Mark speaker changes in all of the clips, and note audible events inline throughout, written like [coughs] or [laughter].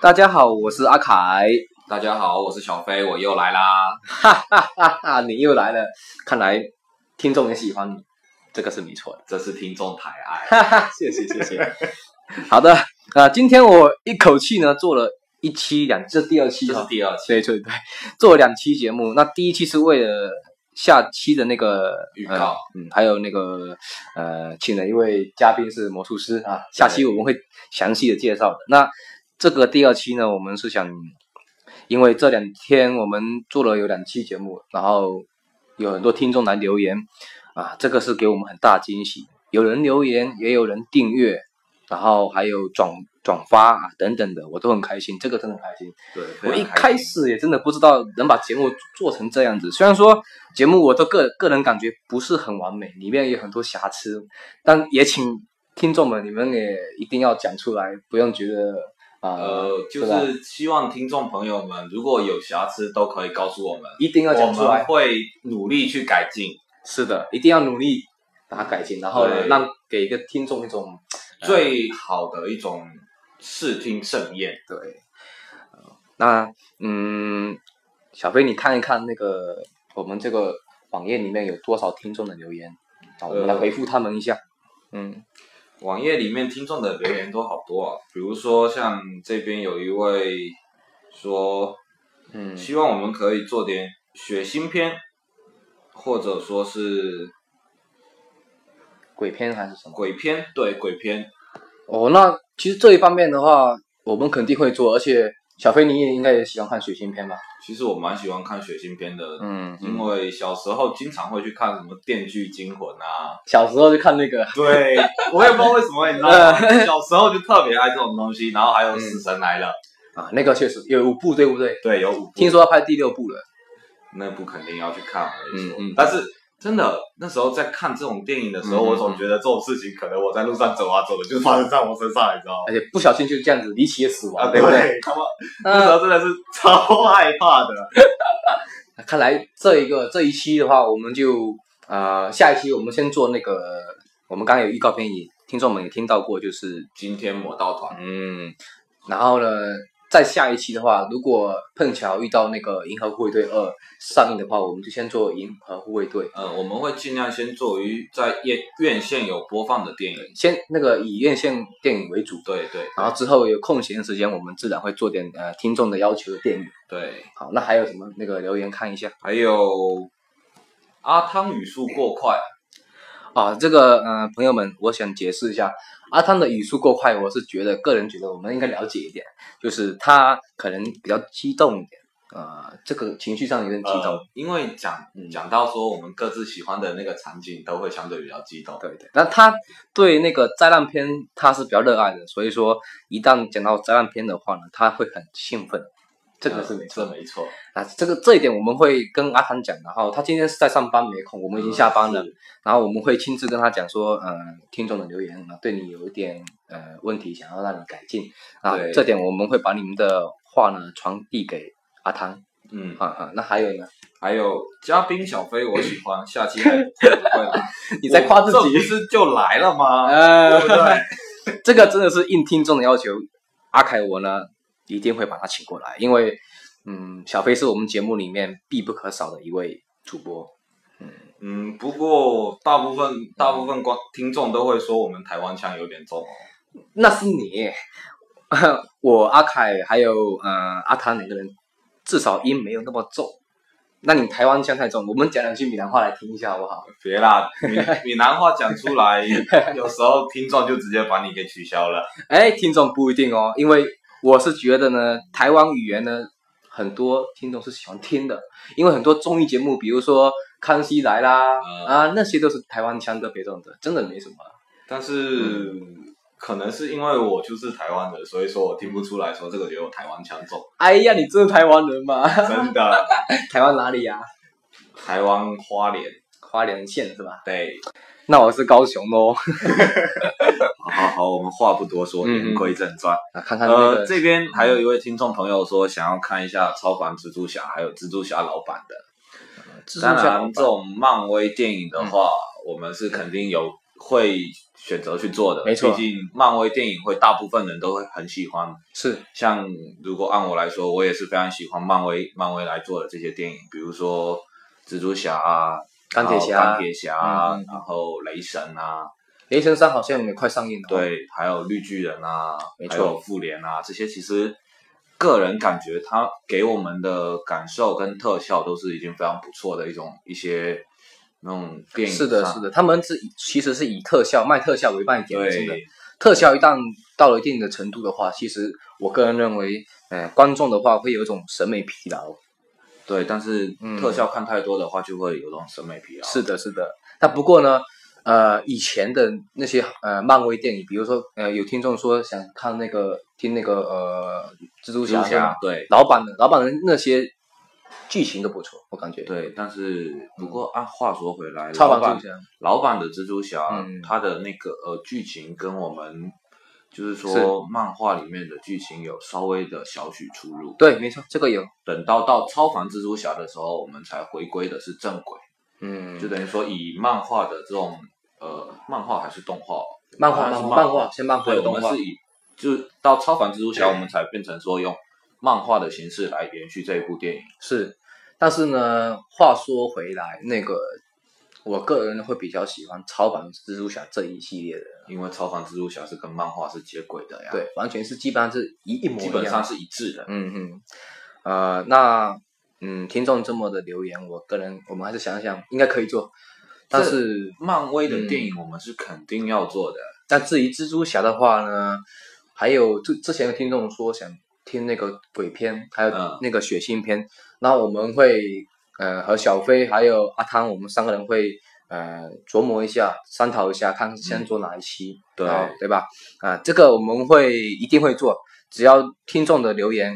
Speaker 1: 大家好，我是阿凯，
Speaker 2: 大家好，我是小飞，我又来啦。
Speaker 1: 哈哈哈哈，你又来了，看来听众也喜欢你，这个是没错的。
Speaker 2: 这是听众抬爱，
Speaker 1: 哈哈，谢谢谢谢。好的，啊、今天我一口气呢做了一期两，这是第二期哦
Speaker 2: [laughs] 这
Speaker 1: 哈
Speaker 2: 是，第二期
Speaker 1: 对对对，做了两期节目。那第一期是为了下期的那个
Speaker 2: 预
Speaker 1: 呃
Speaker 2: 告
Speaker 1: 嗯，还有那个呃，请了一位嘉宾是魔术师啊，下期我们会详细的介绍的。那这个第二期呢，我们是想，因为这两天我们做了有两期节目，然后有很多听众来留言啊，这个是给我们很大惊喜，有人留言，也有人订阅。然后还有转转发啊等等的，我都很开心，这个真的很开心。
Speaker 2: 对，非
Speaker 1: 我
Speaker 2: 常
Speaker 1: 一
Speaker 2: 开
Speaker 1: 开始也真的不知道能把节目做成这样子，虽然说节目我的个个人感觉不是很完美，里面有很多瑕疵，但也请听众们你们也一定要讲出来，不用觉得啊、
Speaker 2: 呃，就
Speaker 1: 吧
Speaker 2: 是希望听众朋友们如果有瑕疵都可以告诉我们，
Speaker 1: 一定要
Speaker 2: 我
Speaker 1: 讲出
Speaker 2: 们
Speaker 1: 来，
Speaker 2: 会努力去改进。
Speaker 1: 是的，一定要努力把它改进，然后呢
Speaker 2: 对
Speaker 1: 让给一个听众一种呃
Speaker 2: 最好的一种视听盛宴，
Speaker 1: 对，呃那嗯，小飞你看一看那个我们这个网页里面有多少听众的留言，啊，我们来
Speaker 2: 呃
Speaker 1: 回复他们一下，嗯。
Speaker 2: 网页里面听众的留言都好多啊，比如说像这边有一位说，
Speaker 1: 嗯
Speaker 2: 希望我们可以做点血腥片，或者说是
Speaker 1: 鬼片还是什么？
Speaker 2: 鬼片，对鬼片，
Speaker 1: 哦，那其实这一方面的话，我们肯定会做，而且小飞你也应该也喜欢看血腥片吧？
Speaker 2: 其实我蛮喜欢看血腥片的，
Speaker 1: 嗯
Speaker 2: 因为小时候经常会去看什么《电锯惊魂》啊，
Speaker 1: 小时候就看那个，
Speaker 2: [laughs] 对，我也不知道为什么，你知 [laughs] 道吗？小时候就特别爱这种东西，然后还有《死神来了》
Speaker 1: 啊，那个确实有五部，对不对？
Speaker 2: 嗯对，有五部，
Speaker 1: 听说要拍第六部了。
Speaker 2: 那部肯定要去看，我跟你说。
Speaker 1: 嗯嗯
Speaker 2: 但是真的，那时候在看这种电影的时候，
Speaker 1: 嗯嗯
Speaker 2: 我总觉得这种事情可能我在路上走啊走的，就发生在我身上，你知道吗？
Speaker 1: 而且不小心就这样子离奇的死亡，
Speaker 2: 啊，
Speaker 1: 对
Speaker 2: [laughs]
Speaker 1: 不
Speaker 2: 对嗯呃
Speaker 1: 对？
Speaker 2: 他们那时
Speaker 1: 那
Speaker 2: 候真的是超害怕的。
Speaker 1: 看来这一个这一期的话，我们就呃下一期我们先做那个，我们刚刚有预告片也听众们也听到过，就是
Speaker 2: 今天魔道团，
Speaker 1: 嗯，然后呢，在下一期的话，如果碰巧遇到那个《银河护卫队二》上映的话，我们就先做《银河护卫队》，
Speaker 2: 呃，我们会尽量先做于在院院线有播放的电影。
Speaker 1: 先那个以院线电影为主，
Speaker 2: 对对
Speaker 1: 然后之后有空闲时间，我们自然会做点呃听众的要求的电影。
Speaker 2: 对，
Speaker 1: 好，那还有什么那个留言看一下
Speaker 2: 还有阿汤语速过快，
Speaker 1: 啊？这个呃，朋友们，我想解释一下。阿汤的语速过快，我是觉得个人觉得我们应该了解一点，就是他可能比较激动一点，呃，这个情绪上有点激动，
Speaker 2: 呃因为讲
Speaker 1: 嗯
Speaker 2: 讲到说我们各自喜欢的那个场景，都会相对比较激动。
Speaker 1: 对对，那他对那个灾难片他是比较热爱的，所以说一旦讲到灾难片的话呢，他会很兴奋，这个是没错
Speaker 2: 这没错。
Speaker 1: 啊。这个这一点我们会跟阿汤讲，然后他今天是在上班没空，我们已经下班了，
Speaker 2: 嗯是
Speaker 1: 然后我们会亲自跟他讲说，呃，听众的留言啊，对你有一点呃问题，想要让你改进啊，
Speaker 2: 对
Speaker 1: 这点我们会把你们的话呢传递给阿汤
Speaker 2: 嗯，
Speaker 1: 啊啊。那还有呢？
Speaker 2: 还有嘉宾小飞，我喜欢，下
Speaker 1: [laughs]
Speaker 2: 期还会不会来？
Speaker 1: 你在夸自
Speaker 2: 我这不
Speaker 1: 己？
Speaker 2: 是就来了吗？
Speaker 1: [laughs] 呃
Speaker 2: 对 [laughs] 不对？
Speaker 1: 这个真的是应听众的要求，阿凯我呢一定会把他请过来，因为嗯，小飞是我们节目里面必不可少的一位主播。
Speaker 2: 嗯，不过大部分大部分观听众都会说我们台湾腔有点重哦。
Speaker 1: 那是你， [laughs] 我阿凯还有呃阿汤两个人，至少音没有那么重。那你台湾腔太重，我们讲两句闽南话来听一下好不好？
Speaker 2: 别啦，
Speaker 1: [laughs]
Speaker 2: 闽闽南话讲出来，有时候听众就直接把你给取消了。
Speaker 1: 哎，听众不一定哦，因为我是觉得呢，台湾语言呢，很多听众是喜欢听的，因为很多综艺节目，比如说《康熙来啦》
Speaker 2: 嗯
Speaker 1: 啊，那些都是台湾腔的别动的，真的没什么。 [laughs]
Speaker 2: 但是、可能是因为我就是台湾人，所以说我听不出来说这个也有台湾腔 [laughs] 重，
Speaker 1: 哎呀，你真是台湾人吗？
Speaker 2: 真的。
Speaker 1: [laughs] 台湾哪里呀、
Speaker 2: 台湾花莲，
Speaker 1: 花莲县是吧？
Speaker 2: 对，
Speaker 1: 那我是高雄哦。
Speaker 2: 好好好，我们话不多说，
Speaker 1: 嗯嗯
Speaker 2: 言归正传。
Speaker 1: [laughs] 啊，看看那个、
Speaker 2: 呃，这边还有一位听众朋友说，想要看一下超凡蜘蛛侠，还有蜘蛛侠老版的。
Speaker 1: 蜘蛛
Speaker 2: 当
Speaker 1: 侠老嗯
Speaker 2: 然，
Speaker 1: 板
Speaker 2: 这种漫威电影的话，我们是肯定有会选择去做的。
Speaker 1: 没错
Speaker 2: 毕竟漫威电影会大部分人都会很喜欢。
Speaker 1: 是
Speaker 2: 像如果按我来说，我也是非常喜欢漫威漫威来做的这些电影，比如说蜘蛛侠啊、
Speaker 1: 钢铁
Speaker 2: 然后
Speaker 1: 侠
Speaker 2: 钢、铁侠啊
Speaker 1: 嗯嗯哦嗯，
Speaker 2: 然后雷神啊，
Speaker 1: 雷神三好像也快上映了，，哦
Speaker 2: 对，还有绿巨人啊
Speaker 1: 没，错
Speaker 2: 还有复联啊，这些其实个人感觉它给我们的感受跟特效都是已经非常不错的一种一些那种电影
Speaker 1: 是的，
Speaker 2: 上
Speaker 1: 是的，他们是以其实是以特效卖特效为卖点的，真的
Speaker 2: 对，
Speaker 1: 特效一旦到了一定的程度的话，其实我个人认为，呃，观众的话会有一种审美疲劳。
Speaker 2: 哦对，但是
Speaker 1: 嗯
Speaker 2: 特效看太多的话就会有种审美疲劳。
Speaker 1: 是的，是的。那不过呢，呃，以前的那些呃漫威电影，比如说呃，有听众说想看那个听那个呃蜘蛛
Speaker 2: 蜘
Speaker 1: 侠
Speaker 2: 蛛
Speaker 1: 是吗
Speaker 2: 侠，对
Speaker 1: 老版的老版的那些剧情都不错，我感觉。，
Speaker 2: 对，但是不过按话说回来，
Speaker 1: 嗯超
Speaker 2: 老
Speaker 1: 版蜘
Speaker 2: 版
Speaker 1: 蛛侠，
Speaker 2: 老版的蜘蛛侠
Speaker 1: 嗯，
Speaker 2: 它的那个呃剧情跟我们就是说
Speaker 1: 是
Speaker 2: 漫画里面的剧情有稍微的小许出入。
Speaker 1: 对，没错，这个有，
Speaker 2: 等到到超凡蜘蛛侠的时候，我们才回归的是正轨，
Speaker 1: 嗯，
Speaker 2: 就等于说以漫画的这种呃漫画还是动画，
Speaker 1: 漫画
Speaker 2: 好像是
Speaker 1: 漫画先漫画
Speaker 2: 对，
Speaker 1: 有
Speaker 2: 我
Speaker 1: 动
Speaker 2: 们
Speaker 1: 画
Speaker 2: 是以就是到超凡蜘蛛侠，我们才变成说用漫画的形式来延续这一部电影。
Speaker 1: 是，但是呢，话说回来，那个我个人会比较喜欢超版蜘蛛侠这一系列的，
Speaker 2: 因为超凡蜘蛛侠是跟漫画是接轨的呀，，
Speaker 1: 对，完全是基本上是一一模一
Speaker 2: 基
Speaker 1: 样。
Speaker 2: 本上是一致的。
Speaker 1: 嗯嗯，呃，那嗯，听众这么的留言，我个人我们还是想想，应该可以做。但
Speaker 2: 这
Speaker 1: 是，
Speaker 2: 漫威的电
Speaker 1: 嗯
Speaker 2: 影我们是肯定要做的，
Speaker 1: 那至于蜘蛛侠的话呢，还有之之前有听众说想听那个鬼片，还有
Speaker 2: 嗯
Speaker 1: 那个血腥片，那我们会呃和小飞还有阿汤，我们三个人会呃琢磨一下，商讨一下，看先做哪一期，
Speaker 2: 嗯对
Speaker 1: 啊对吧？啊、这个我们会一定会做，只要听众的留言，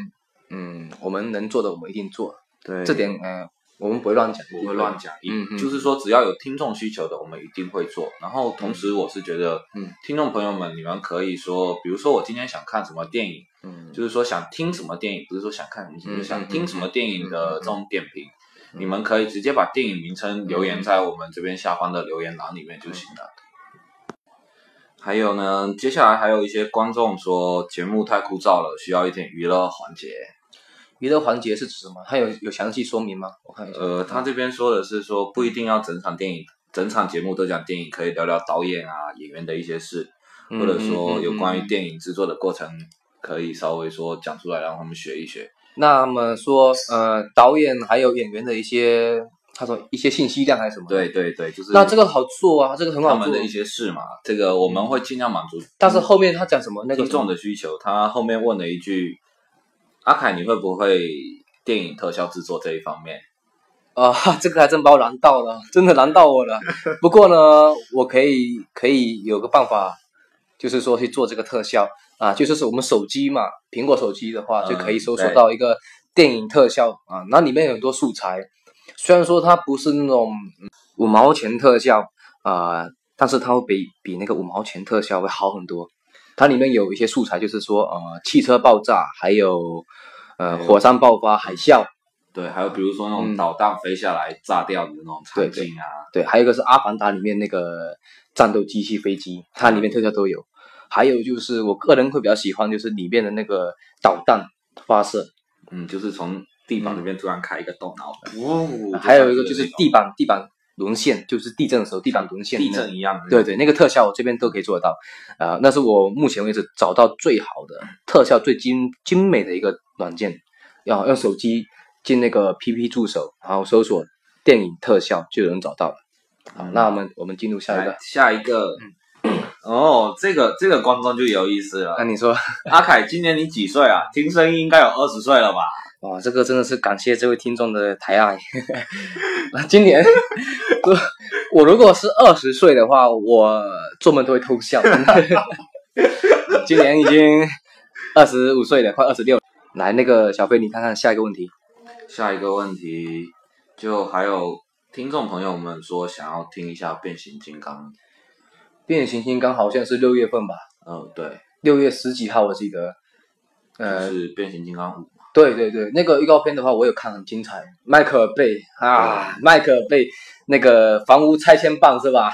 Speaker 1: 嗯，我们能做的我们一定做。
Speaker 2: 对
Speaker 1: 这点呃，我们不会乱讲，
Speaker 2: 不会乱讲，
Speaker 1: 嗯嗯
Speaker 2: 就是说只要有听众需求的，我们一定会做。然后同时，我是觉得，
Speaker 1: 嗯，
Speaker 2: 听众朋友们，你们可以说，比如说我今天想看什么电影，
Speaker 1: 嗯，
Speaker 2: 就是说想听什么电影，不是说想看什
Speaker 1: 嗯
Speaker 2: 么，就是想听什么电影
Speaker 1: 嗯嗯
Speaker 2: 的
Speaker 1: 嗯
Speaker 2: 这种点评。你们可以直接把电影名称留言在我们这边下方的留言栏里面就行了。
Speaker 1: 嗯
Speaker 2: 还有呢，接下来还有一些观众说节目太枯燥了，需要一点娱乐环节。
Speaker 1: 娱乐环节是指什么？它有有详细说明吗？我看一下。
Speaker 2: 呃，他这边说的是说不一定要整场电影、整场节目都讲电影，可以聊聊导演啊、演员的一些事，
Speaker 1: 嗯
Speaker 2: 或者说有关于
Speaker 1: 嗯嗯嗯
Speaker 2: 电影制作的过程，可以稍微说讲出来，让他们学一学。
Speaker 1: 那么说，呃，导演还有演员的一些，他说一些信息量还是什么？
Speaker 2: 对。对对，就是
Speaker 1: 嗯那这个好做啊，这个很
Speaker 2: 他
Speaker 1: 好
Speaker 2: 们
Speaker 1: 做
Speaker 2: 的。一些事嘛，这个我们会尽量满足。
Speaker 1: 但是后面他讲什么？那个
Speaker 2: 听众的需求，他后面问了一句：“阿凯，你会不会电影特效制作这一方面
Speaker 1: 啊， [laughs] 哈这个还真把我难到了，真的难到我了。不过呢，我可以可以有个办法，就是说去做这个特效啊，就是是我们手机嘛，苹果手机的话
Speaker 2: 嗯
Speaker 1: 就可以搜索
Speaker 2: 对
Speaker 1: 到一个电影特效啊，那里面有很多素材，虽然说它不是那种嗯五毛钱特效啊、但是它会比比那个五毛钱特效会好很多。它里面有一些素材，就是说呃汽车爆炸，还有呃火山爆发、海啸。？”
Speaker 2: 对，还有比如说那种
Speaker 1: 嗯
Speaker 2: 导弹飞下来炸掉的那种
Speaker 1: 对
Speaker 2: 场
Speaker 1: 对
Speaker 2: 景啊，
Speaker 1: 对，还有一个是《阿凡达》里面那个战斗机器飞机，它里面特效都有。还有就是我个人会比较喜欢，就是里面的那个导弹发射，
Speaker 2: 嗯，就是从地板那边突然开一个洞，然后呜，
Speaker 1: 还有一个嗯哦就是
Speaker 2: 那种
Speaker 1: 地板地板沦陷，就是地震的时候地板沦陷的
Speaker 2: 地
Speaker 1: 那种。
Speaker 2: 震一样的那
Speaker 1: 对
Speaker 2: 种，
Speaker 1: 对，那个特效我这边都可以做得到，啊、那是我目前为止找到最好的特效最精精美的一个软件，要用手机进那个 PP 助手，然后搜索电影特效就能找到了。好，那我们我们进入下一个嗯
Speaker 2: 嗯来，下一个。哦，这个这个观众就有意思
Speaker 1: [laughs] 那
Speaker 2: 了。
Speaker 1: 你说。
Speaker 2: 阿凯，今年你几岁啊？听声音应该有二十岁了吧？
Speaker 1: 哇，这个真的是感谢这位听众的抬爱。那今年，我如果是二十岁的话，我做梦都会偷笑。今年已经二十五岁了，快二十六。来，那个小飞，你看看下一个问题。
Speaker 2: 下一个问题，就还有听众朋友们说想要听一下变形金刚。
Speaker 1: 变形金刚好像是六月份吧，
Speaker 2: 嗯，对，
Speaker 1: 六月十几号我记得。
Speaker 2: 就
Speaker 1: 呃，
Speaker 2: 是变形金刚五。
Speaker 1: 对对对，那个预告片的话，我有看，很精彩。迈克尔贝啊，迈克尔贝那个房屋拆迁棒是
Speaker 2: [laughs]
Speaker 1: 吧？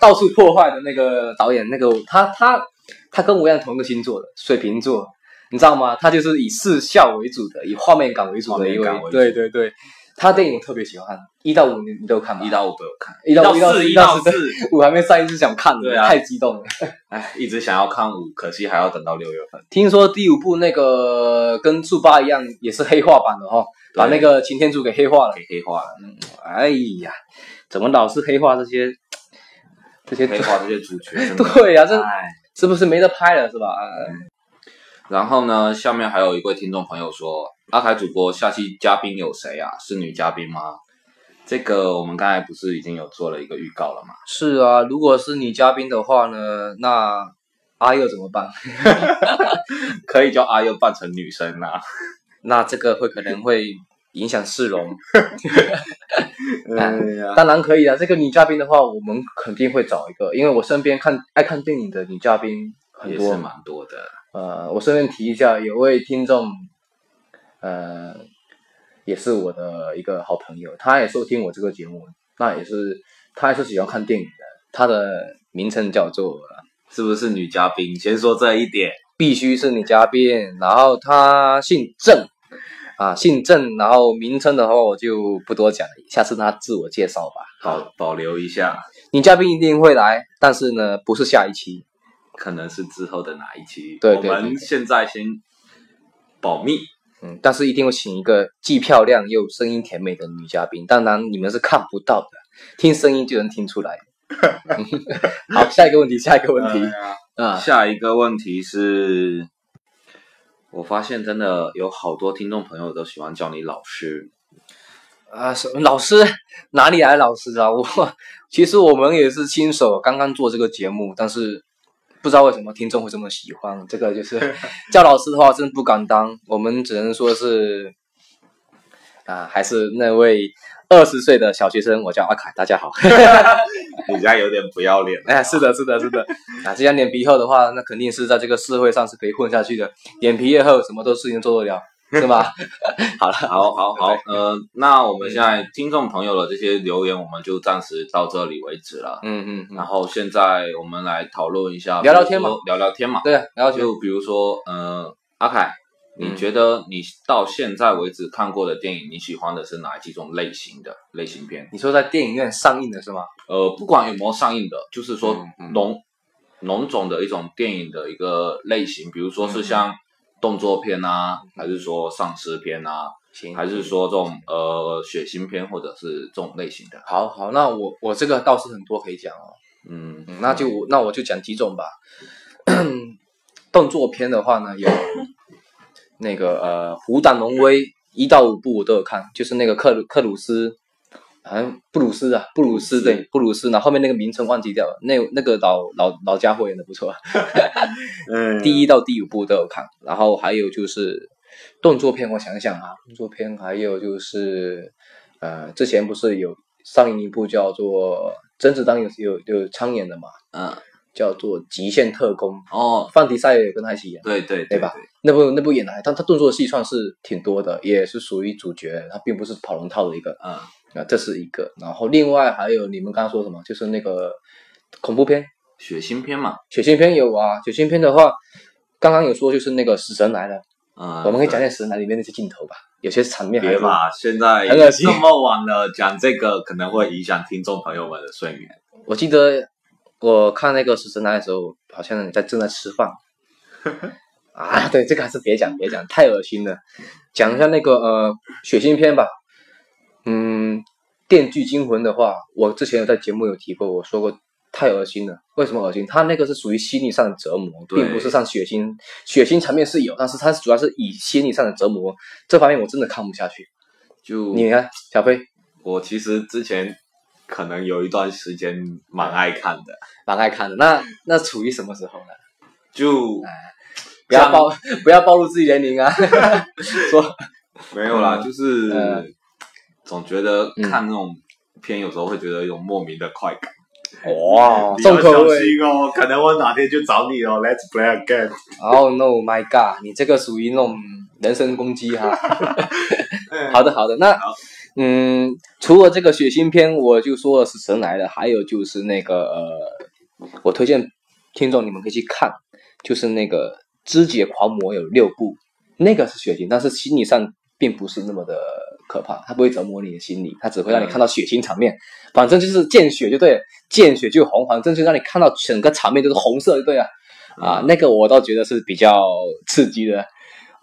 Speaker 1: 到处破坏的那个导演，那个他他他跟吴恙同一个星座的，水瓶座，你知道吗？他就是以视效为主的，以画面感为主
Speaker 2: 画
Speaker 1: 的
Speaker 2: 面
Speaker 1: 一位
Speaker 2: 感为。主
Speaker 1: 对对对，他电影我特别喜欢，一到五你你都有看吗？
Speaker 2: 一到五都有看，
Speaker 1: 一到
Speaker 2: 一四
Speaker 1: 一
Speaker 2: 一
Speaker 1: 到
Speaker 2: 到
Speaker 1: 四，
Speaker 2: 四，
Speaker 1: 我还没上映是想看的，
Speaker 2: 对啊
Speaker 1: 太激动了。
Speaker 2: 哎，一直想要看五，可惜还要等到六月份。
Speaker 1: 听说第五部那个跟《速八》一样，也是黑化版的哦，把那个擎天柱给黑化了。
Speaker 2: 给黑化了，
Speaker 1: 哎呀，怎么老是黑化这些这些？
Speaker 2: 黑化这些主角，真的
Speaker 1: [laughs] 对呀、这
Speaker 2: 哎
Speaker 1: 是不是没得拍了是吧？哎
Speaker 2: 然后呢，下面还有一位听众朋友说：“阿凯主播，下期嘉宾有谁啊？是女嘉宾吗？”这个我们刚才不是已经有做了一个预告了吗？ [laughs]
Speaker 1: 是啊，如果是女嘉宾的话呢，那阿佑怎么办？ [laughs]
Speaker 2: 可以叫阿佑扮成女生啊啦、
Speaker 1: 那这个会可能会影响市容。
Speaker 2: 哎呀，
Speaker 1: [laughs] 当然可以啊，这个女嘉宾的话，我们肯定会找一个，因为我身边看爱看电影的女嘉宾很
Speaker 2: [laughs] 也
Speaker 1: 多
Speaker 2: 是
Speaker 1: 嘛。
Speaker 2: 蛮多的。
Speaker 1: 呃，我顺便提一下，有位听众，呃，也是我的一个好朋友，他也收听我这个节目，那也是他也是喜欢看电影的，他的名称叫做呃
Speaker 2: 是不是女嘉宾？先说这一点。
Speaker 1: 必须是女嘉宾，然后他姓郑，啊，姓郑，然后名称的话我就不多讲，下次他自我介绍吧。
Speaker 2: 保保留一下，
Speaker 1: 女嘉宾一定会来，但是呢，不是下一期，
Speaker 2: 可能是之后的哪一期？
Speaker 1: 对对对
Speaker 2: 我们现在先保密。
Speaker 1: 嗯，但是一定会请一个既漂亮又声音甜美的女嘉宾，当然你们是看不到的，听声音就能听出来。好，下一个问题，下一个问题啊，
Speaker 2: 下一个问题是，我发现真的有好多听众朋友都喜欢叫你老师，
Speaker 1: 啊，什么老师哪里来的老师啊？我其实我们也是新手，刚刚做这个节目，但是不知道为什么听众会这么喜欢。这个就是叫老师的话，真的不敢当，我们只能说是啊，还是那位二十岁的小学生，我叫阿凯，大家好。 [laughs]
Speaker 2: 人家有点不要脸。
Speaker 1: 哎，是的，是的，是的。啊，这张脸皮厚的话，那肯定是在这个社会上是可以混下去的。脸皮越厚，什么都事情做得了，是吧？好了，
Speaker 2: 好好好，呃，那我们现在听众朋友的这些留言，我们就暂时到这里为止了。
Speaker 1: 嗯嗯
Speaker 2: 然
Speaker 1: 嗯，
Speaker 2: 后现在我们来讨论一下，
Speaker 1: 聊聊天嘛
Speaker 2: 比如说聊聊天嘛。
Speaker 1: 对啊，然后就
Speaker 2: 就比如说，呃，阿凯，
Speaker 1: 嗯
Speaker 2: 你觉得你到现在为止看过的电影，你喜欢的是哪几种类型的类型片？
Speaker 1: 你说在电影院上映的是吗？
Speaker 2: 呃，不管有没有上映的，就是说
Speaker 1: 嗯嗯
Speaker 2: 浓浓种的一种电影的一个类型，比如说
Speaker 1: 嗯嗯
Speaker 2: 是像动作片啊，还是说丧尸片啊，
Speaker 1: 行
Speaker 2: 还是说这种呃血腥片或者是这种类型的？
Speaker 1: 好好，那我我这个倒是很多可以讲哦。
Speaker 2: 嗯
Speaker 1: 嗯，那就我那我就讲几种吧。动作片的话呢，有那个呃《虎胆龙威》一到五部我都有看，就是那个克鲁克鲁斯，好、像布鲁斯啊，布鲁斯对布鲁斯，然后后面那个名称忘记掉了，那那个老老老家伙演的不错，
Speaker 2: 嗯
Speaker 1: 第一到第五部都有看，然后还有就是动作片，我想想啊，动作片还有就是呃之前不是有上映一部叫做甄子丹有有有参演的嘛，
Speaker 2: 嗯
Speaker 1: 叫做《极限特工》，
Speaker 2: 哦，
Speaker 1: 范迪塞尔也跟他一起演，
Speaker 2: 对对
Speaker 1: 对吧？那部那部演的还，但他动作戏算是挺多的，也是属于主角，他并不是跑龙套的一个
Speaker 2: 嗯，
Speaker 1: 啊，这是一个。然后另外还有你们刚刚说什么，就是那个恐怖片、
Speaker 2: 血腥片嘛，
Speaker 1: 血腥片有啊，血腥片的话，刚刚有说就是那个《死神来了》，
Speaker 2: 嗯，
Speaker 1: 我们可以
Speaker 2: 对
Speaker 1: 讲讲《死神来》里面那些镜头吧，有些场面还
Speaker 2: 别
Speaker 1: 是
Speaker 2: 吧，现在
Speaker 1: 很恶心
Speaker 2: 这么晚了，讲这个可能会影响听众朋友们的睡眠。
Speaker 1: 我记得我看那个《食神来》的时候，好像你在正在吃 [laughs] 饭。啊，对，这个还是别讲，别讲，太恶心了。讲一下那个呃血腥片吧。嗯，《电锯惊魂》的话，我之前有在节目有提过，我说过太恶心了。为什么恶心？它那个是属于心理上的折磨，
Speaker 2: 对
Speaker 1: 并不是上血腥，血腥场面是有，但是它主要是以心理上的折磨这方面，我真的看不下去。
Speaker 2: 就
Speaker 1: 你看，小飞
Speaker 2: 我其实之前可能有一段时间蛮爱看的，
Speaker 1: 蛮爱看的，那那处于什么时候呢？
Speaker 2: 就
Speaker 1: 哎不要暴不要暴露自己年龄啊！说
Speaker 2: 没有啦，
Speaker 1: 嗯
Speaker 2: 就是、
Speaker 1: 呃嗯
Speaker 2: 总觉得看那种片有时候会觉得一种莫名的快感。
Speaker 1: 哇
Speaker 2: 你要
Speaker 1: [laughs] 重口
Speaker 2: 小
Speaker 1: 味
Speaker 2: 心哦，可能我哪天就找你哦，Let's play again。
Speaker 1: ，Oh no my god！你这个属于那种人身攻击哈。好的好的，那嗯，除了这个血腥片，我就说了是神来了，还有就是那个呃，我推荐听众你们可以去看，就是那个《肢解狂魔》有六部，那个是血腥，但是心理上并不是那么的可怕，它不会折磨你的心理，它只会让你看到血腥场面，反正就是见血就对了，见血就红，反正就让你看到整个场面都是红色就对了。啊，那个我倒觉得是比较刺激的，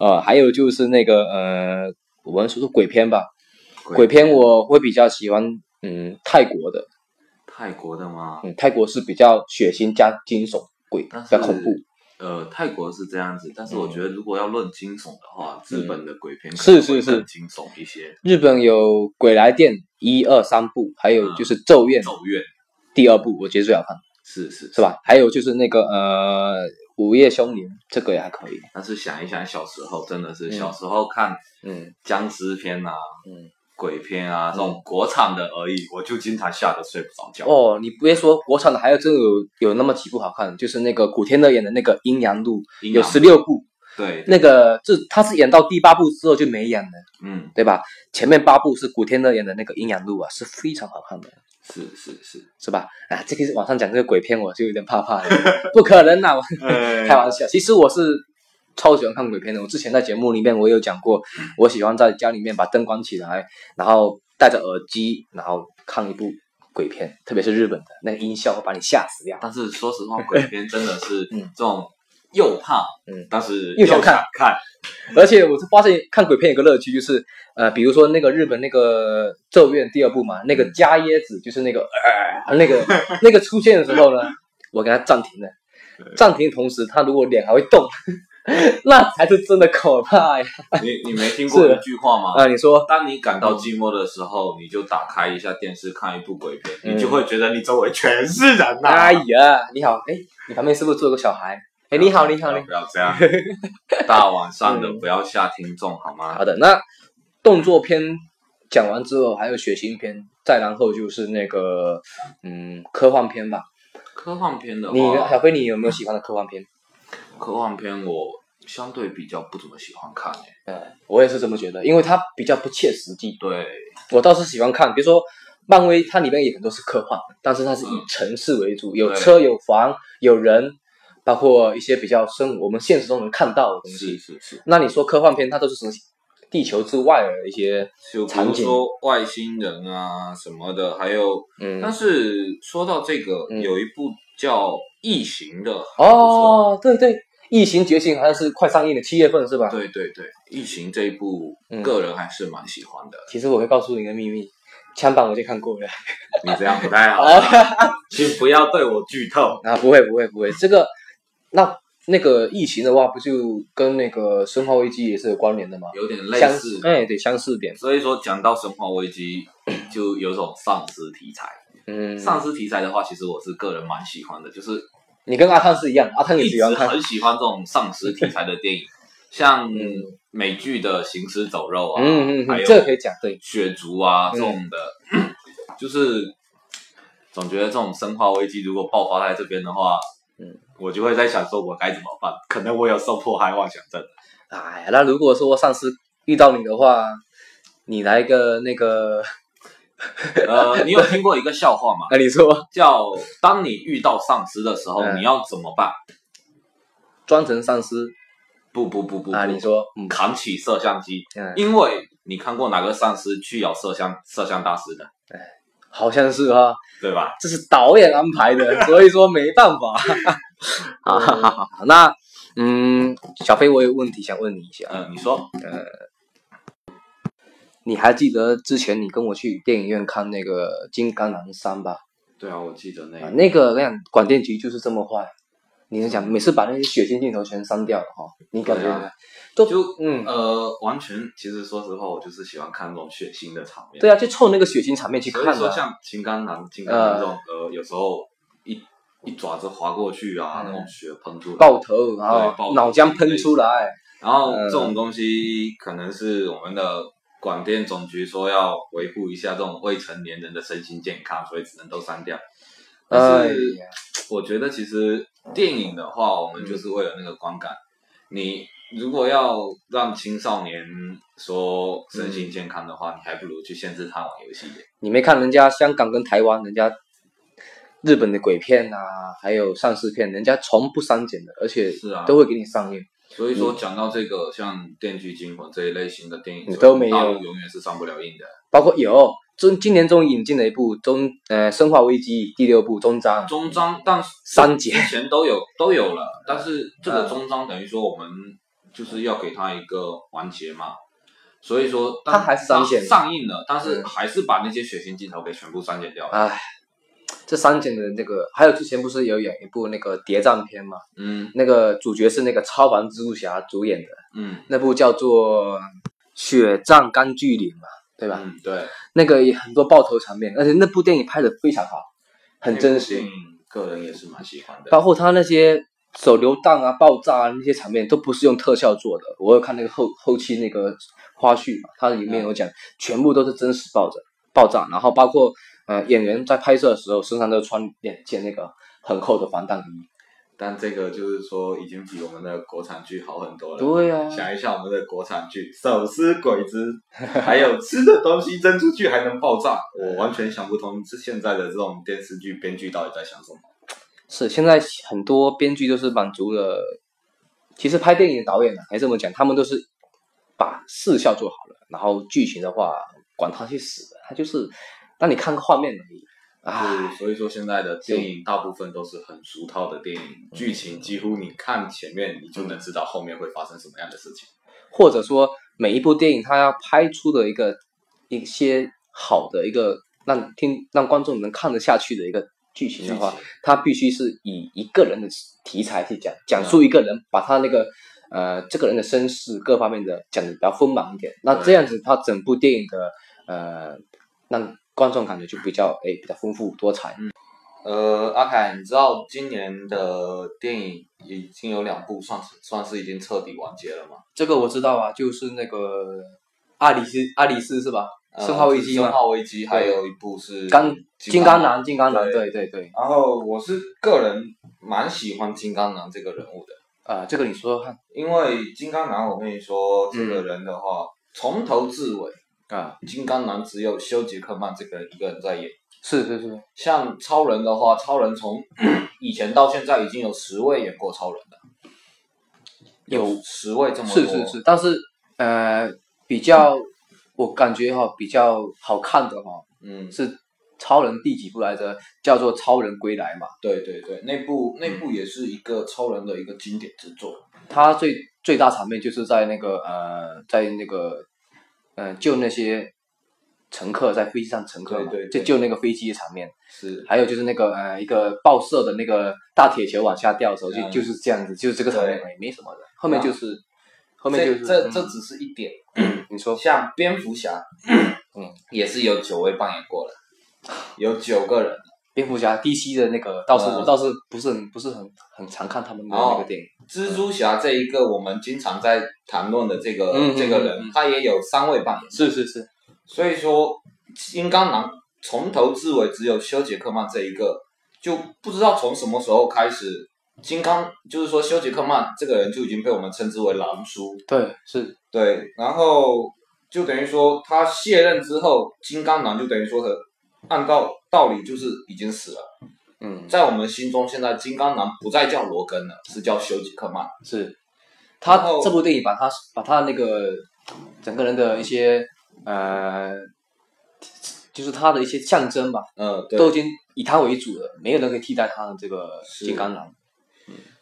Speaker 1: 呃，还有就是那个呃，我们说说鬼片吧，鬼片我会比较喜欢，嗯，泰国的，
Speaker 2: 泰国的吗？
Speaker 1: 嗯，泰国是比较血腥加惊悚鬼，
Speaker 2: 但
Speaker 1: 比
Speaker 2: 是
Speaker 1: 较恐怖，
Speaker 2: 呃，泰国是这样子，但是我觉得如果要论惊悚的话，日本的鬼片
Speaker 1: 嗯是是是
Speaker 2: 可能会更惊悚一些，
Speaker 1: 日本有《鬼来电》一二三部，还有就是《啊咒怨》
Speaker 2: 走远
Speaker 1: 第二部，我觉得最好看，
Speaker 2: 是是
Speaker 1: 是？吧？还有就是那个呃，《午夜凶铃》，这个也还可以，
Speaker 2: 但是想一想小时候，真的是
Speaker 1: 嗯
Speaker 2: 小时候看
Speaker 1: 嗯
Speaker 2: 僵尸片啊、
Speaker 1: 嗯。
Speaker 2: 鬼片啊这种国产的而已，我就经常吓得睡不着觉。
Speaker 1: 哦，你别说国产的，还有真有有那么几部好看，就是那个古天乐演的那个《阴阳路》，
Speaker 2: 阴
Speaker 1: 有
Speaker 2: 阳
Speaker 1: 十六部，
Speaker 2: 对，
Speaker 1: 那个这他是演到第八部之后就没演了，
Speaker 2: 嗯，
Speaker 1: 对吧？前面八部是古天乐演的那个《阴阳路》啊，是非常好看的，
Speaker 2: 是是是，
Speaker 1: 是吧？啊，这个网上讲这个鬼片，我就有点怕怕了，不可能啦、我
Speaker 2: 哎
Speaker 1: 开玩笑。其实我是超喜欢看鬼片的，我之前在节目里面我有讲过，我喜欢在家里面把灯关起来，然后戴着耳机，然后看一部鬼片，特别是日本的，那个音效会把你吓死掉。
Speaker 2: 但是说实
Speaker 1: [laughs]
Speaker 2: 话，鬼片真的是
Speaker 1: 嗯
Speaker 2: 这种又怕，
Speaker 1: 嗯
Speaker 2: 但是
Speaker 1: 又想看
Speaker 2: 看看，
Speaker 1: 而且我是发现看鬼片有个乐趣，就是呃，比如说那个日本那个《咒怨》第二部嘛，那个加椰子就是那个呃那个那个出现的时候呢，我给它暂停了，暂停的同时，他如果脸还会动， [laughs] 那才是真的可怕呀！ [laughs]
Speaker 2: 你你没听过
Speaker 1: 是嗯
Speaker 2: 一句话吗？
Speaker 1: 啊，你说
Speaker 2: 当你感到寂寞的时候，你就打开一下电视看一部鬼片，
Speaker 1: 嗯
Speaker 2: 你就会觉得你周围全是人呐、
Speaker 1: 阿姨啊，你好，哎，你旁边是不是坐了个小孩？哎，你好，你好，你好。嗯
Speaker 2: 不要这
Speaker 1: [laughs]
Speaker 2: 样，大晚上的不要吓听众好吗？
Speaker 1: 好的，那动作片讲完之后，还有血腥片，再然后就是那个嗯科幻片吧。
Speaker 2: 科幻片的
Speaker 1: 你呢小
Speaker 2: 话，
Speaker 1: 飞，你有没有喜欢的科幻片？
Speaker 2: 科幻片我相对比较不怎么喜欢看欸诶、
Speaker 1: 嗯，我也是这么觉得，因为它比较不切实际。
Speaker 2: 对，
Speaker 1: 我倒是喜欢看，比如说漫威，它里面也很多是科幻，但是它是
Speaker 2: 嗯
Speaker 1: 以城市为主，有车有房有人，包括一些比较生我们现实中能看到的东
Speaker 2: 是
Speaker 1: 西。
Speaker 2: 是是，
Speaker 1: 那你说科幻片，它都是从地球之外的一些，
Speaker 2: 就比
Speaker 1: 场
Speaker 2: 如
Speaker 1: 景
Speaker 2: 说外星人啊什么的，还有，
Speaker 1: 嗯
Speaker 2: 但，是说到这个，
Speaker 1: 嗯
Speaker 2: 有一部叫《异形》的，还
Speaker 1: 哦，对对，《异形觉醒》好像是快上映了，七月份是吧
Speaker 2: 不？错，对对对，《异形》这一部
Speaker 1: 嗯，
Speaker 2: 个人还是蛮喜欢的。
Speaker 1: 其实我会告诉你一个秘密，枪版我就看过了。
Speaker 2: 你这样不太好啊，
Speaker 1: [laughs]
Speaker 2: 请不要对我剧透。
Speaker 1: 啊，不会不会不会，这个那那个疫情的话，不就跟那个生化危机也是有关联的吗？
Speaker 2: 有点类
Speaker 1: 相
Speaker 2: 似。
Speaker 1: 哎，对，相似点。
Speaker 2: 所以说，讲到生化危机，就有种丧尸题材。
Speaker 1: 嗯，
Speaker 2: 丧尸题材的话，其实我是个人蛮喜欢的，就是
Speaker 1: 你跟阿汤是一样，阿汤也
Speaker 2: 一
Speaker 1: 喜
Speaker 2: 直
Speaker 1: 欢看。
Speaker 2: 很喜欢这种丧尸题材的
Speaker 1: [laughs]
Speaker 2: 电影，像
Speaker 1: 嗯
Speaker 2: 美剧的《行尸走肉》啊，
Speaker 1: 嗯嗯
Speaker 2: 还
Speaker 1: 嗯，
Speaker 2: 有
Speaker 1: 这个可以讲对。
Speaker 2: 血族啊这种的， [coughs] 就是总觉得这种生化危机如果爆发在这边的话，
Speaker 1: 嗯，
Speaker 2: 我就会在想说我该怎么办？可能我有受迫害妄想症。
Speaker 1: 哎呀，那如果说上司遇到你的话，你来一个那个， [laughs]
Speaker 2: 呃，你有听过一个笑话吗？
Speaker 1: 啊，你说
Speaker 2: 叫当你遇到丧尸的时候，
Speaker 1: 嗯
Speaker 2: 你要怎么办？
Speaker 1: 装成丧尸
Speaker 2: 不不不不
Speaker 1: 啊？
Speaker 2: 不
Speaker 1: 你说，嗯，
Speaker 2: 扛起摄像机，
Speaker 1: 嗯
Speaker 2: 因为你看过哪个丧尸去咬摄像摄像大师的，
Speaker 1: 好像是哈、
Speaker 2: 对吧？
Speaker 1: 这是导演安排的，所以说没办
Speaker 2: [laughs]
Speaker 1: 法。好好好好，那嗯，小飞，我有问题想问你一下。
Speaker 2: 嗯，你说
Speaker 1: 你还记得之前你跟我去电影院看那个《金刚狼三》吧？
Speaker 2: 对啊，我记得那
Speaker 1: 啊，那个那样广电局就是这么坏，你能想每次把那些血腥镜头全删掉了哈、你感觉
Speaker 2: 对
Speaker 1: 呢、
Speaker 2: 啊
Speaker 1: 都
Speaker 2: 就
Speaker 1: 嗯，
Speaker 2: 呃，完全其实说实话，我就是喜欢看那种血腥的场面。
Speaker 1: 对啊，就冲那个血腥场面去
Speaker 2: 所
Speaker 1: 看啊
Speaker 2: 以说
Speaker 1: 的、
Speaker 2: 像金刚狼、金刚狼这种，呃，有时候一一爪子划过去啊，
Speaker 1: 嗯
Speaker 2: 那种血喷出来，
Speaker 1: 爆头，然
Speaker 2: 对爆
Speaker 1: 后
Speaker 2: 头
Speaker 1: 脑浆喷出来，
Speaker 2: 然后
Speaker 1: 呃
Speaker 2: 这种东西可能是我们的广电总局说要维护一下这种未成年人的身心健康，所以只能都删掉。但
Speaker 1: 哎
Speaker 2: 是
Speaker 1: 呀，
Speaker 2: 我觉得其实电影的话，我们就是为了那个观感。你如果要让青少年说身
Speaker 1: 嗯
Speaker 2: 心健康的话，你还不如去限制他玩游戏。
Speaker 1: 你没看人家香港跟台湾，人家日本的鬼片啊，还有丧尸片，人家从不删减的，而且
Speaker 2: 是啊
Speaker 1: 都会给你上映。
Speaker 2: 所以说，讲到这个像《电锯惊魂》这一类型的电影，
Speaker 1: 嗯你都没有
Speaker 2: 大陆永远是上不了映的。
Speaker 1: 包括有中今年终于引进了一部中呃《生化危机》第六部终章，
Speaker 2: 中章，但是
Speaker 1: 三节嗯
Speaker 2: 之前都有都有了，但是这个中章等于说我们就是要给他一个完结嘛，所以说但
Speaker 1: 它还是删减
Speaker 2: 它上映了，但是
Speaker 1: 嗯
Speaker 2: 还是把那些血腥镜头给全部删减掉了。
Speaker 1: 唉，这删减的那个，还有之前不是有演一部那个谍战片嘛，
Speaker 2: 嗯
Speaker 1: 那个主角是那个超凡蜘蛛侠主演的，
Speaker 2: 嗯
Speaker 1: 那部叫做《血战钢锯岭》嘛，对吧？
Speaker 2: 嗯，对，
Speaker 1: 那个也很多爆头场面，而且那部电影拍的非常好，很真
Speaker 2: 那
Speaker 1: 实
Speaker 2: 部，电影个人也是蛮喜欢的。
Speaker 1: 包括他那些手榴弹啊、爆炸啊那些场面都不是用特效做的。我有看那个后后期那个花絮嘛，它里面有讲，全部都是真实爆炸爆炸，然后包括呃演员在拍摄的时候身上都穿两件那个很厚的防弹衣。
Speaker 2: 但这个就是说，已经比我们的国产剧好很多了。
Speaker 1: 对啊
Speaker 2: 想一下我们的国产剧，手撕鬼子，还有吃的东西扔出去还能爆 [laughs] 炸，我完全想不通是现在的这种电视剧编剧到底在想什么。
Speaker 1: 是现在很多编剧都是满足了，其实拍电影的导演呢、还这么讲，他们都是把视效做好了，然后剧情的话管他去死，他就是让你看个画面而已。啊，
Speaker 2: 对，所以说现在的电影大部分都是很俗套的电影，剧情几乎你看前面你就能知道后面会发生什么样的事情。
Speaker 1: 或者说每一部电影它要拍出的一个一些好的一个让听让观众能看得下去的一个剧情的嗯话
Speaker 2: 剧情，
Speaker 1: 它必须是以一个人的题材去讲，讲述一个人，把他那个呃这个人的身世各方面的讲的比较丰满一点。那
Speaker 2: 对
Speaker 1: 这样子，它整部电影的呃让观众感觉就比较哎比较丰富多彩。
Speaker 2: 呃，阿凯，你知道今年的电影已经有两部算是算是已经彻底完结了吗？
Speaker 1: 这个我知道啊，就是那个阿里斯阿里斯是吧？
Speaker 2: 呃
Speaker 1: 啊生化危机
Speaker 2: 生
Speaker 1: 吗？
Speaker 2: 化危机还有一部是
Speaker 1: 刚金刚
Speaker 2: 狼。
Speaker 1: 狼，金刚狼，
Speaker 2: 对
Speaker 1: 对对对。
Speaker 2: 然后我是个人蛮喜欢金刚狼这个人物的，
Speaker 1: 啊，这个你说说看
Speaker 2: 因为金刚狼，我跟你说，这个人的
Speaker 1: 嗯
Speaker 2: 话，从头至尾，
Speaker 1: 啊，
Speaker 2: 金刚狼只有休杰克曼这个人一个人在演。
Speaker 1: 是是是，
Speaker 2: 像超人的话，超人从 [clears throat] 以前到现在已经有十位演过超人了，
Speaker 1: 有
Speaker 2: 十位这么多，
Speaker 1: 是是是，但是呃，比较我感觉哈、比较好看的哈、
Speaker 2: 嗯，
Speaker 1: 是超人第几部来着？叫做《超人归来》嘛，
Speaker 2: 对对对，那部
Speaker 1: 嗯
Speaker 2: 那部也是一个超人的一个经典之作，
Speaker 1: 它最最大场面就是在那个呃，在那个呃救那些乘客在飞机上乘客嘛，
Speaker 2: 对对对
Speaker 1: 就救那个飞机的场面，
Speaker 2: 是
Speaker 1: 还有就是那个呃一个爆射的那个大铁球往下掉的时候，就、
Speaker 2: 嗯
Speaker 1: 就是这样子，就是这个场面
Speaker 2: 对
Speaker 1: 而已，没什么的，后面就是。后面
Speaker 2: 这
Speaker 1: 就是
Speaker 2: 这
Speaker 1: 嗯
Speaker 2: 这只是一点，
Speaker 1: 你说
Speaker 2: 像蝙
Speaker 1: [coughs]
Speaker 2: 蝠侠，
Speaker 1: 嗯，
Speaker 2: 也是有九位扮演过了，有九个人。
Speaker 1: 蝙蝠侠 DC 的那个倒是、
Speaker 2: 嗯
Speaker 1: 我倒是不是很不是很很常看他们的那个电影，
Speaker 2: 蜘蛛侠这一个我们经常在谈论的这个、
Speaker 1: 嗯嗯
Speaker 2: 这个人，
Speaker 1: 嗯
Speaker 2: 他也有三位扮演，
Speaker 1: 是是是，
Speaker 2: 所以说金刚狼从头至尾只有休杰克曼这一个，就不知道从什么时候开始。金刚就是说，休杰克曼这个人就已经被我们称之为狼叔，
Speaker 1: 对是
Speaker 2: 对，然后就等于说他卸任之后，金刚狼就等于说他按照道理就是已经死了，
Speaker 1: 嗯
Speaker 2: 在我们心中，现在金刚狼不再叫罗根了，是叫休杰克曼。
Speaker 1: 是，他
Speaker 2: 然后
Speaker 1: 这部电影把他把他那个整个人的一些呃，就是他的一些象征吧，
Speaker 2: 嗯，对。
Speaker 1: 都已经以他为主了，没有人可以替代他的这个
Speaker 2: 是
Speaker 1: 金刚狼，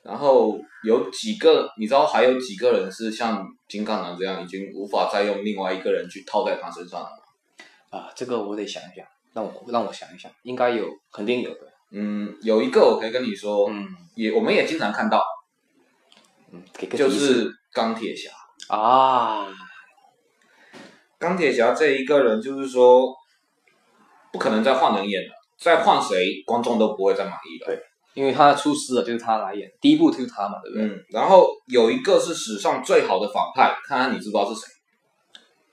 Speaker 2: 然后有几个，你知道还有几个人是像金刚狼这样，已经无法再用另外一个人去套在他身上了。
Speaker 1: 啊，这个我得想一想，让我让我想一想，应该有肯定有的，
Speaker 2: 嗯，有一个我可以跟你说，
Speaker 1: 嗯
Speaker 2: 也我们也经常看到，
Speaker 1: 嗯，给个
Speaker 2: 就
Speaker 1: 提示
Speaker 2: 是钢铁侠。
Speaker 1: 啊，
Speaker 2: 钢铁侠这一个人，就是说，不可能再换人演了，再换谁，观众都不会再满意了。
Speaker 1: 因为他出师了，就是他来演，第一部就是他嘛，对不对？
Speaker 2: 嗯，然后有一个是史上最好的反派，看看你知不知道是谁？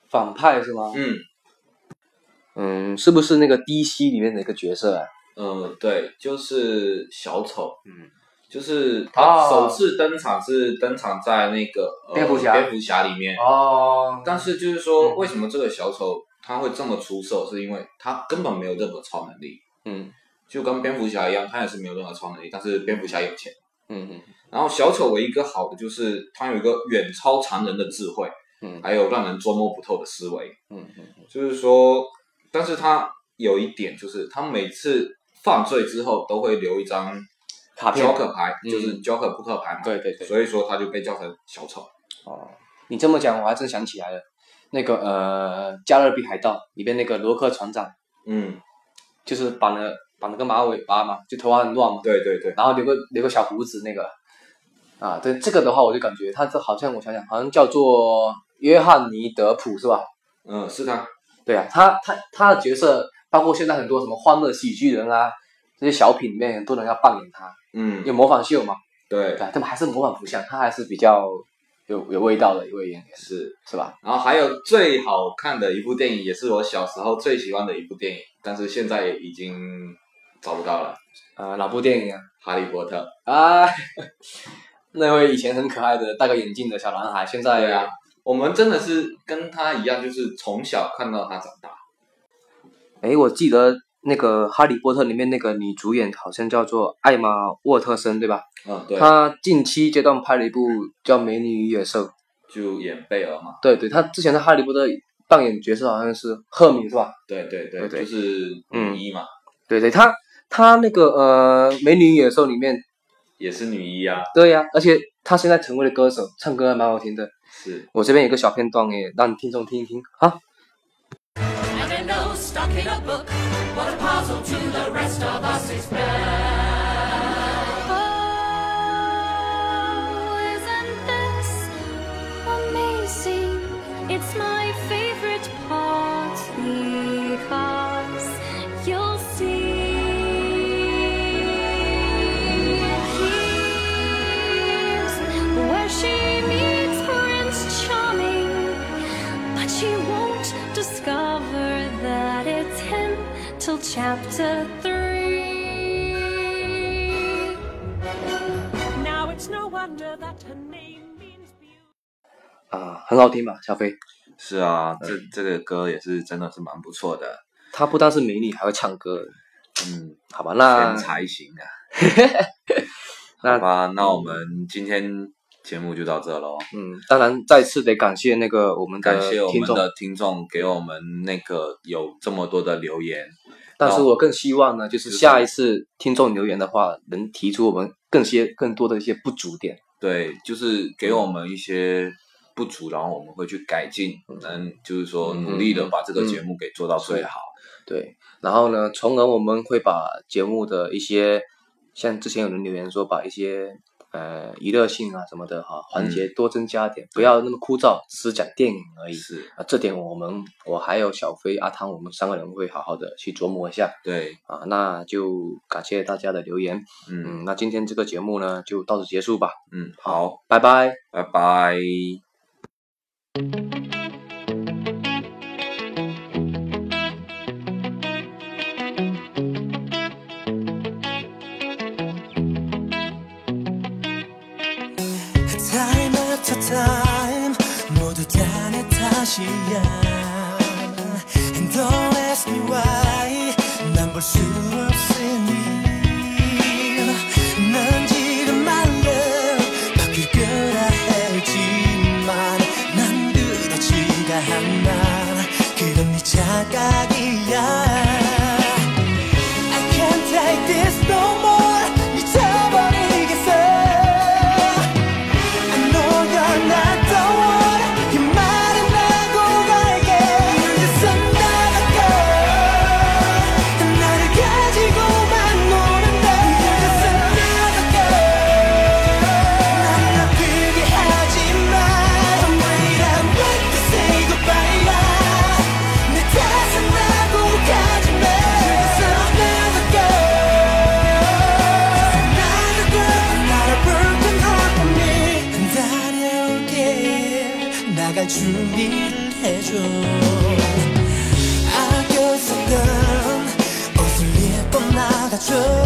Speaker 1: 反派是吗？
Speaker 2: 嗯，
Speaker 1: 嗯，是不是那个 DC 里面的一个角色啊？
Speaker 2: 呃，对，就是小丑。
Speaker 1: 嗯，
Speaker 2: 就是
Speaker 1: 啊
Speaker 2: 他首次登场是登场在那个、呃
Speaker 1: 蝙蝠侠
Speaker 2: 蝙蝠侠里面，
Speaker 1: 哦，
Speaker 2: 但是就
Speaker 1: 嗯
Speaker 2: 是说为什么这个小丑他会这么出色，是因为他根本没有任何超能力，
Speaker 1: 嗯
Speaker 2: 就跟蝙蝠侠一样，他也是没有任何超能力，但是蝙蝠侠有钱。
Speaker 1: 嗯嗯
Speaker 2: 然后小丑唯一一个好的就是他有一个远超常人的智慧，
Speaker 1: 嗯
Speaker 2: 还有让人捉摸不透的思维。
Speaker 1: 嗯嗯
Speaker 2: 就是说，但是他有一点就是，他每次犯罪之后都会留一张
Speaker 1: 卡片
Speaker 2: Joker 牌，
Speaker 1: 嗯
Speaker 2: 就是 Joker 扑克牌嘛。
Speaker 1: 对对对
Speaker 2: 所以说他就被叫成小丑。
Speaker 1: 哦，你这么讲我还真想起来了，那个呃《加勒比海盗》里边那个罗克船长，
Speaker 2: 嗯，
Speaker 1: 就是绑了绑了个马尾巴嘛，就头发很乱嘛，
Speaker 2: 对对对，
Speaker 1: 然后留个留个小胡子那个，啊，对这个的话我就感觉他这好像我想想好像叫做约翰尼德普是吧？
Speaker 2: 嗯，是他。
Speaker 1: 对啊，他他他的角色，包括现在很多什么欢乐喜剧人啊，这些小品里面很多人要扮演他，
Speaker 2: 嗯，
Speaker 1: 有模仿秀嘛，
Speaker 2: 对
Speaker 1: 对，啊，他们还是模仿不像，他还是比较有有味道的一位演员，
Speaker 2: 是。
Speaker 1: 是吧？
Speaker 2: 然后还有最好看的一部电影，也是我小时候最喜欢的一部电影，但是现在已经找不到了，
Speaker 1: 呃，哪部电影啊？
Speaker 2: 《哈利波特》。
Speaker 1: 啊， [laughs] 那位以前很可爱的戴个眼镜的小男孩，现在
Speaker 2: 对啊，我们真的是跟他一样，就是从小看到他长大。
Speaker 1: 哎，我记得那个《哈利波特》里面那个女主演好像叫做艾玛沃特森，对吧？
Speaker 2: 嗯，对，
Speaker 1: 她近期阶段拍了一部叫《美女与野兽》，
Speaker 2: 就演贝尔嘛。
Speaker 1: 对对，她之前在《哈利波特》扮演角色好像是赫敏，是吧？
Speaker 2: 对对对，
Speaker 1: 对对
Speaker 2: 就是女一嘛，
Speaker 1: 对对，她她那个呃《美女与野兽》里面，
Speaker 2: 也是女一啊，
Speaker 1: 对呀、而且她现在成为了歌手，唱歌还蛮好听的。
Speaker 2: 是
Speaker 1: 我这边有个小片段也让听众听一听啊。
Speaker 3: And a nose stuck in a book. What a puzzle to the rest of us is
Speaker 4: Oh, isn't this amazing? It's my favorite part because you'll see. Here's where she meets Prince Charming, but she won't discover that it's him till chapter three.
Speaker 3: Now it's no wonder that her name means beauty.
Speaker 1: 啊、很好听吧，小飞，
Speaker 2: 是啊，这这个歌也是真的是蛮不错的，
Speaker 1: 她不但是美女，还会唱歌。
Speaker 2: 嗯，
Speaker 1: 好吧，那
Speaker 2: 天才型啊。
Speaker 1: 那
Speaker 2: 好吧， [laughs] 那我们今天节目就到这喽。
Speaker 1: 嗯，当然再次得感谢那个我们的
Speaker 2: 感谢我
Speaker 1: 听
Speaker 2: 们
Speaker 1: 众，
Speaker 2: 的呃听众给我们那个有这么多的留言，
Speaker 1: 但是我更希望呢，就是
Speaker 2: 哦就是
Speaker 1: 下一次听众留言的话，能提出我们更些更多的一些不足点。
Speaker 2: 对，就是给我们一些不足，然后我们会去改进，能就是说努力的把这个节目给做到最好。
Speaker 1: 对，然后呢，从而我们会把节目的一些，像之前有人留言说，把一些呃娱乐性啊什么的哈、环节多增加点，不要那么枯燥，只讲电影而已。
Speaker 2: 是，
Speaker 1: 啊，这点我们我还有小飞、阿汤，我们三个人会好好的去琢磨一下
Speaker 2: 对，
Speaker 1: 啊。那就感谢大家的留言，
Speaker 2: 嗯
Speaker 1: 嗯，那今天这个节目呢就到此结束吧，
Speaker 2: 嗯，好，
Speaker 1: 拜拜。
Speaker 2: 拜拜。
Speaker 5: Time after time 모두 다 내 탓이야 And don't ask me why 난 볼 수 없으니 난 지금 말래 바뀔 거라 했지만 난 그렇지가 않아 그건 네 착각이야 I can't take this no more 네 미쳐버리겠어 I know you're not the one. 이 말은 나고 갈게. You're just another girl. 나를 가지고만 노는데. You're just another girl. 날 아프게 하지 마. I'm wait, I'm wait to say goodbye. 내 탓은 나고 가지 마. You're just another girl. Another girl, another broken heart for me. 다녀올게 나갈 준비를 해줘 아껴 썼던 옷을 입고 나가줘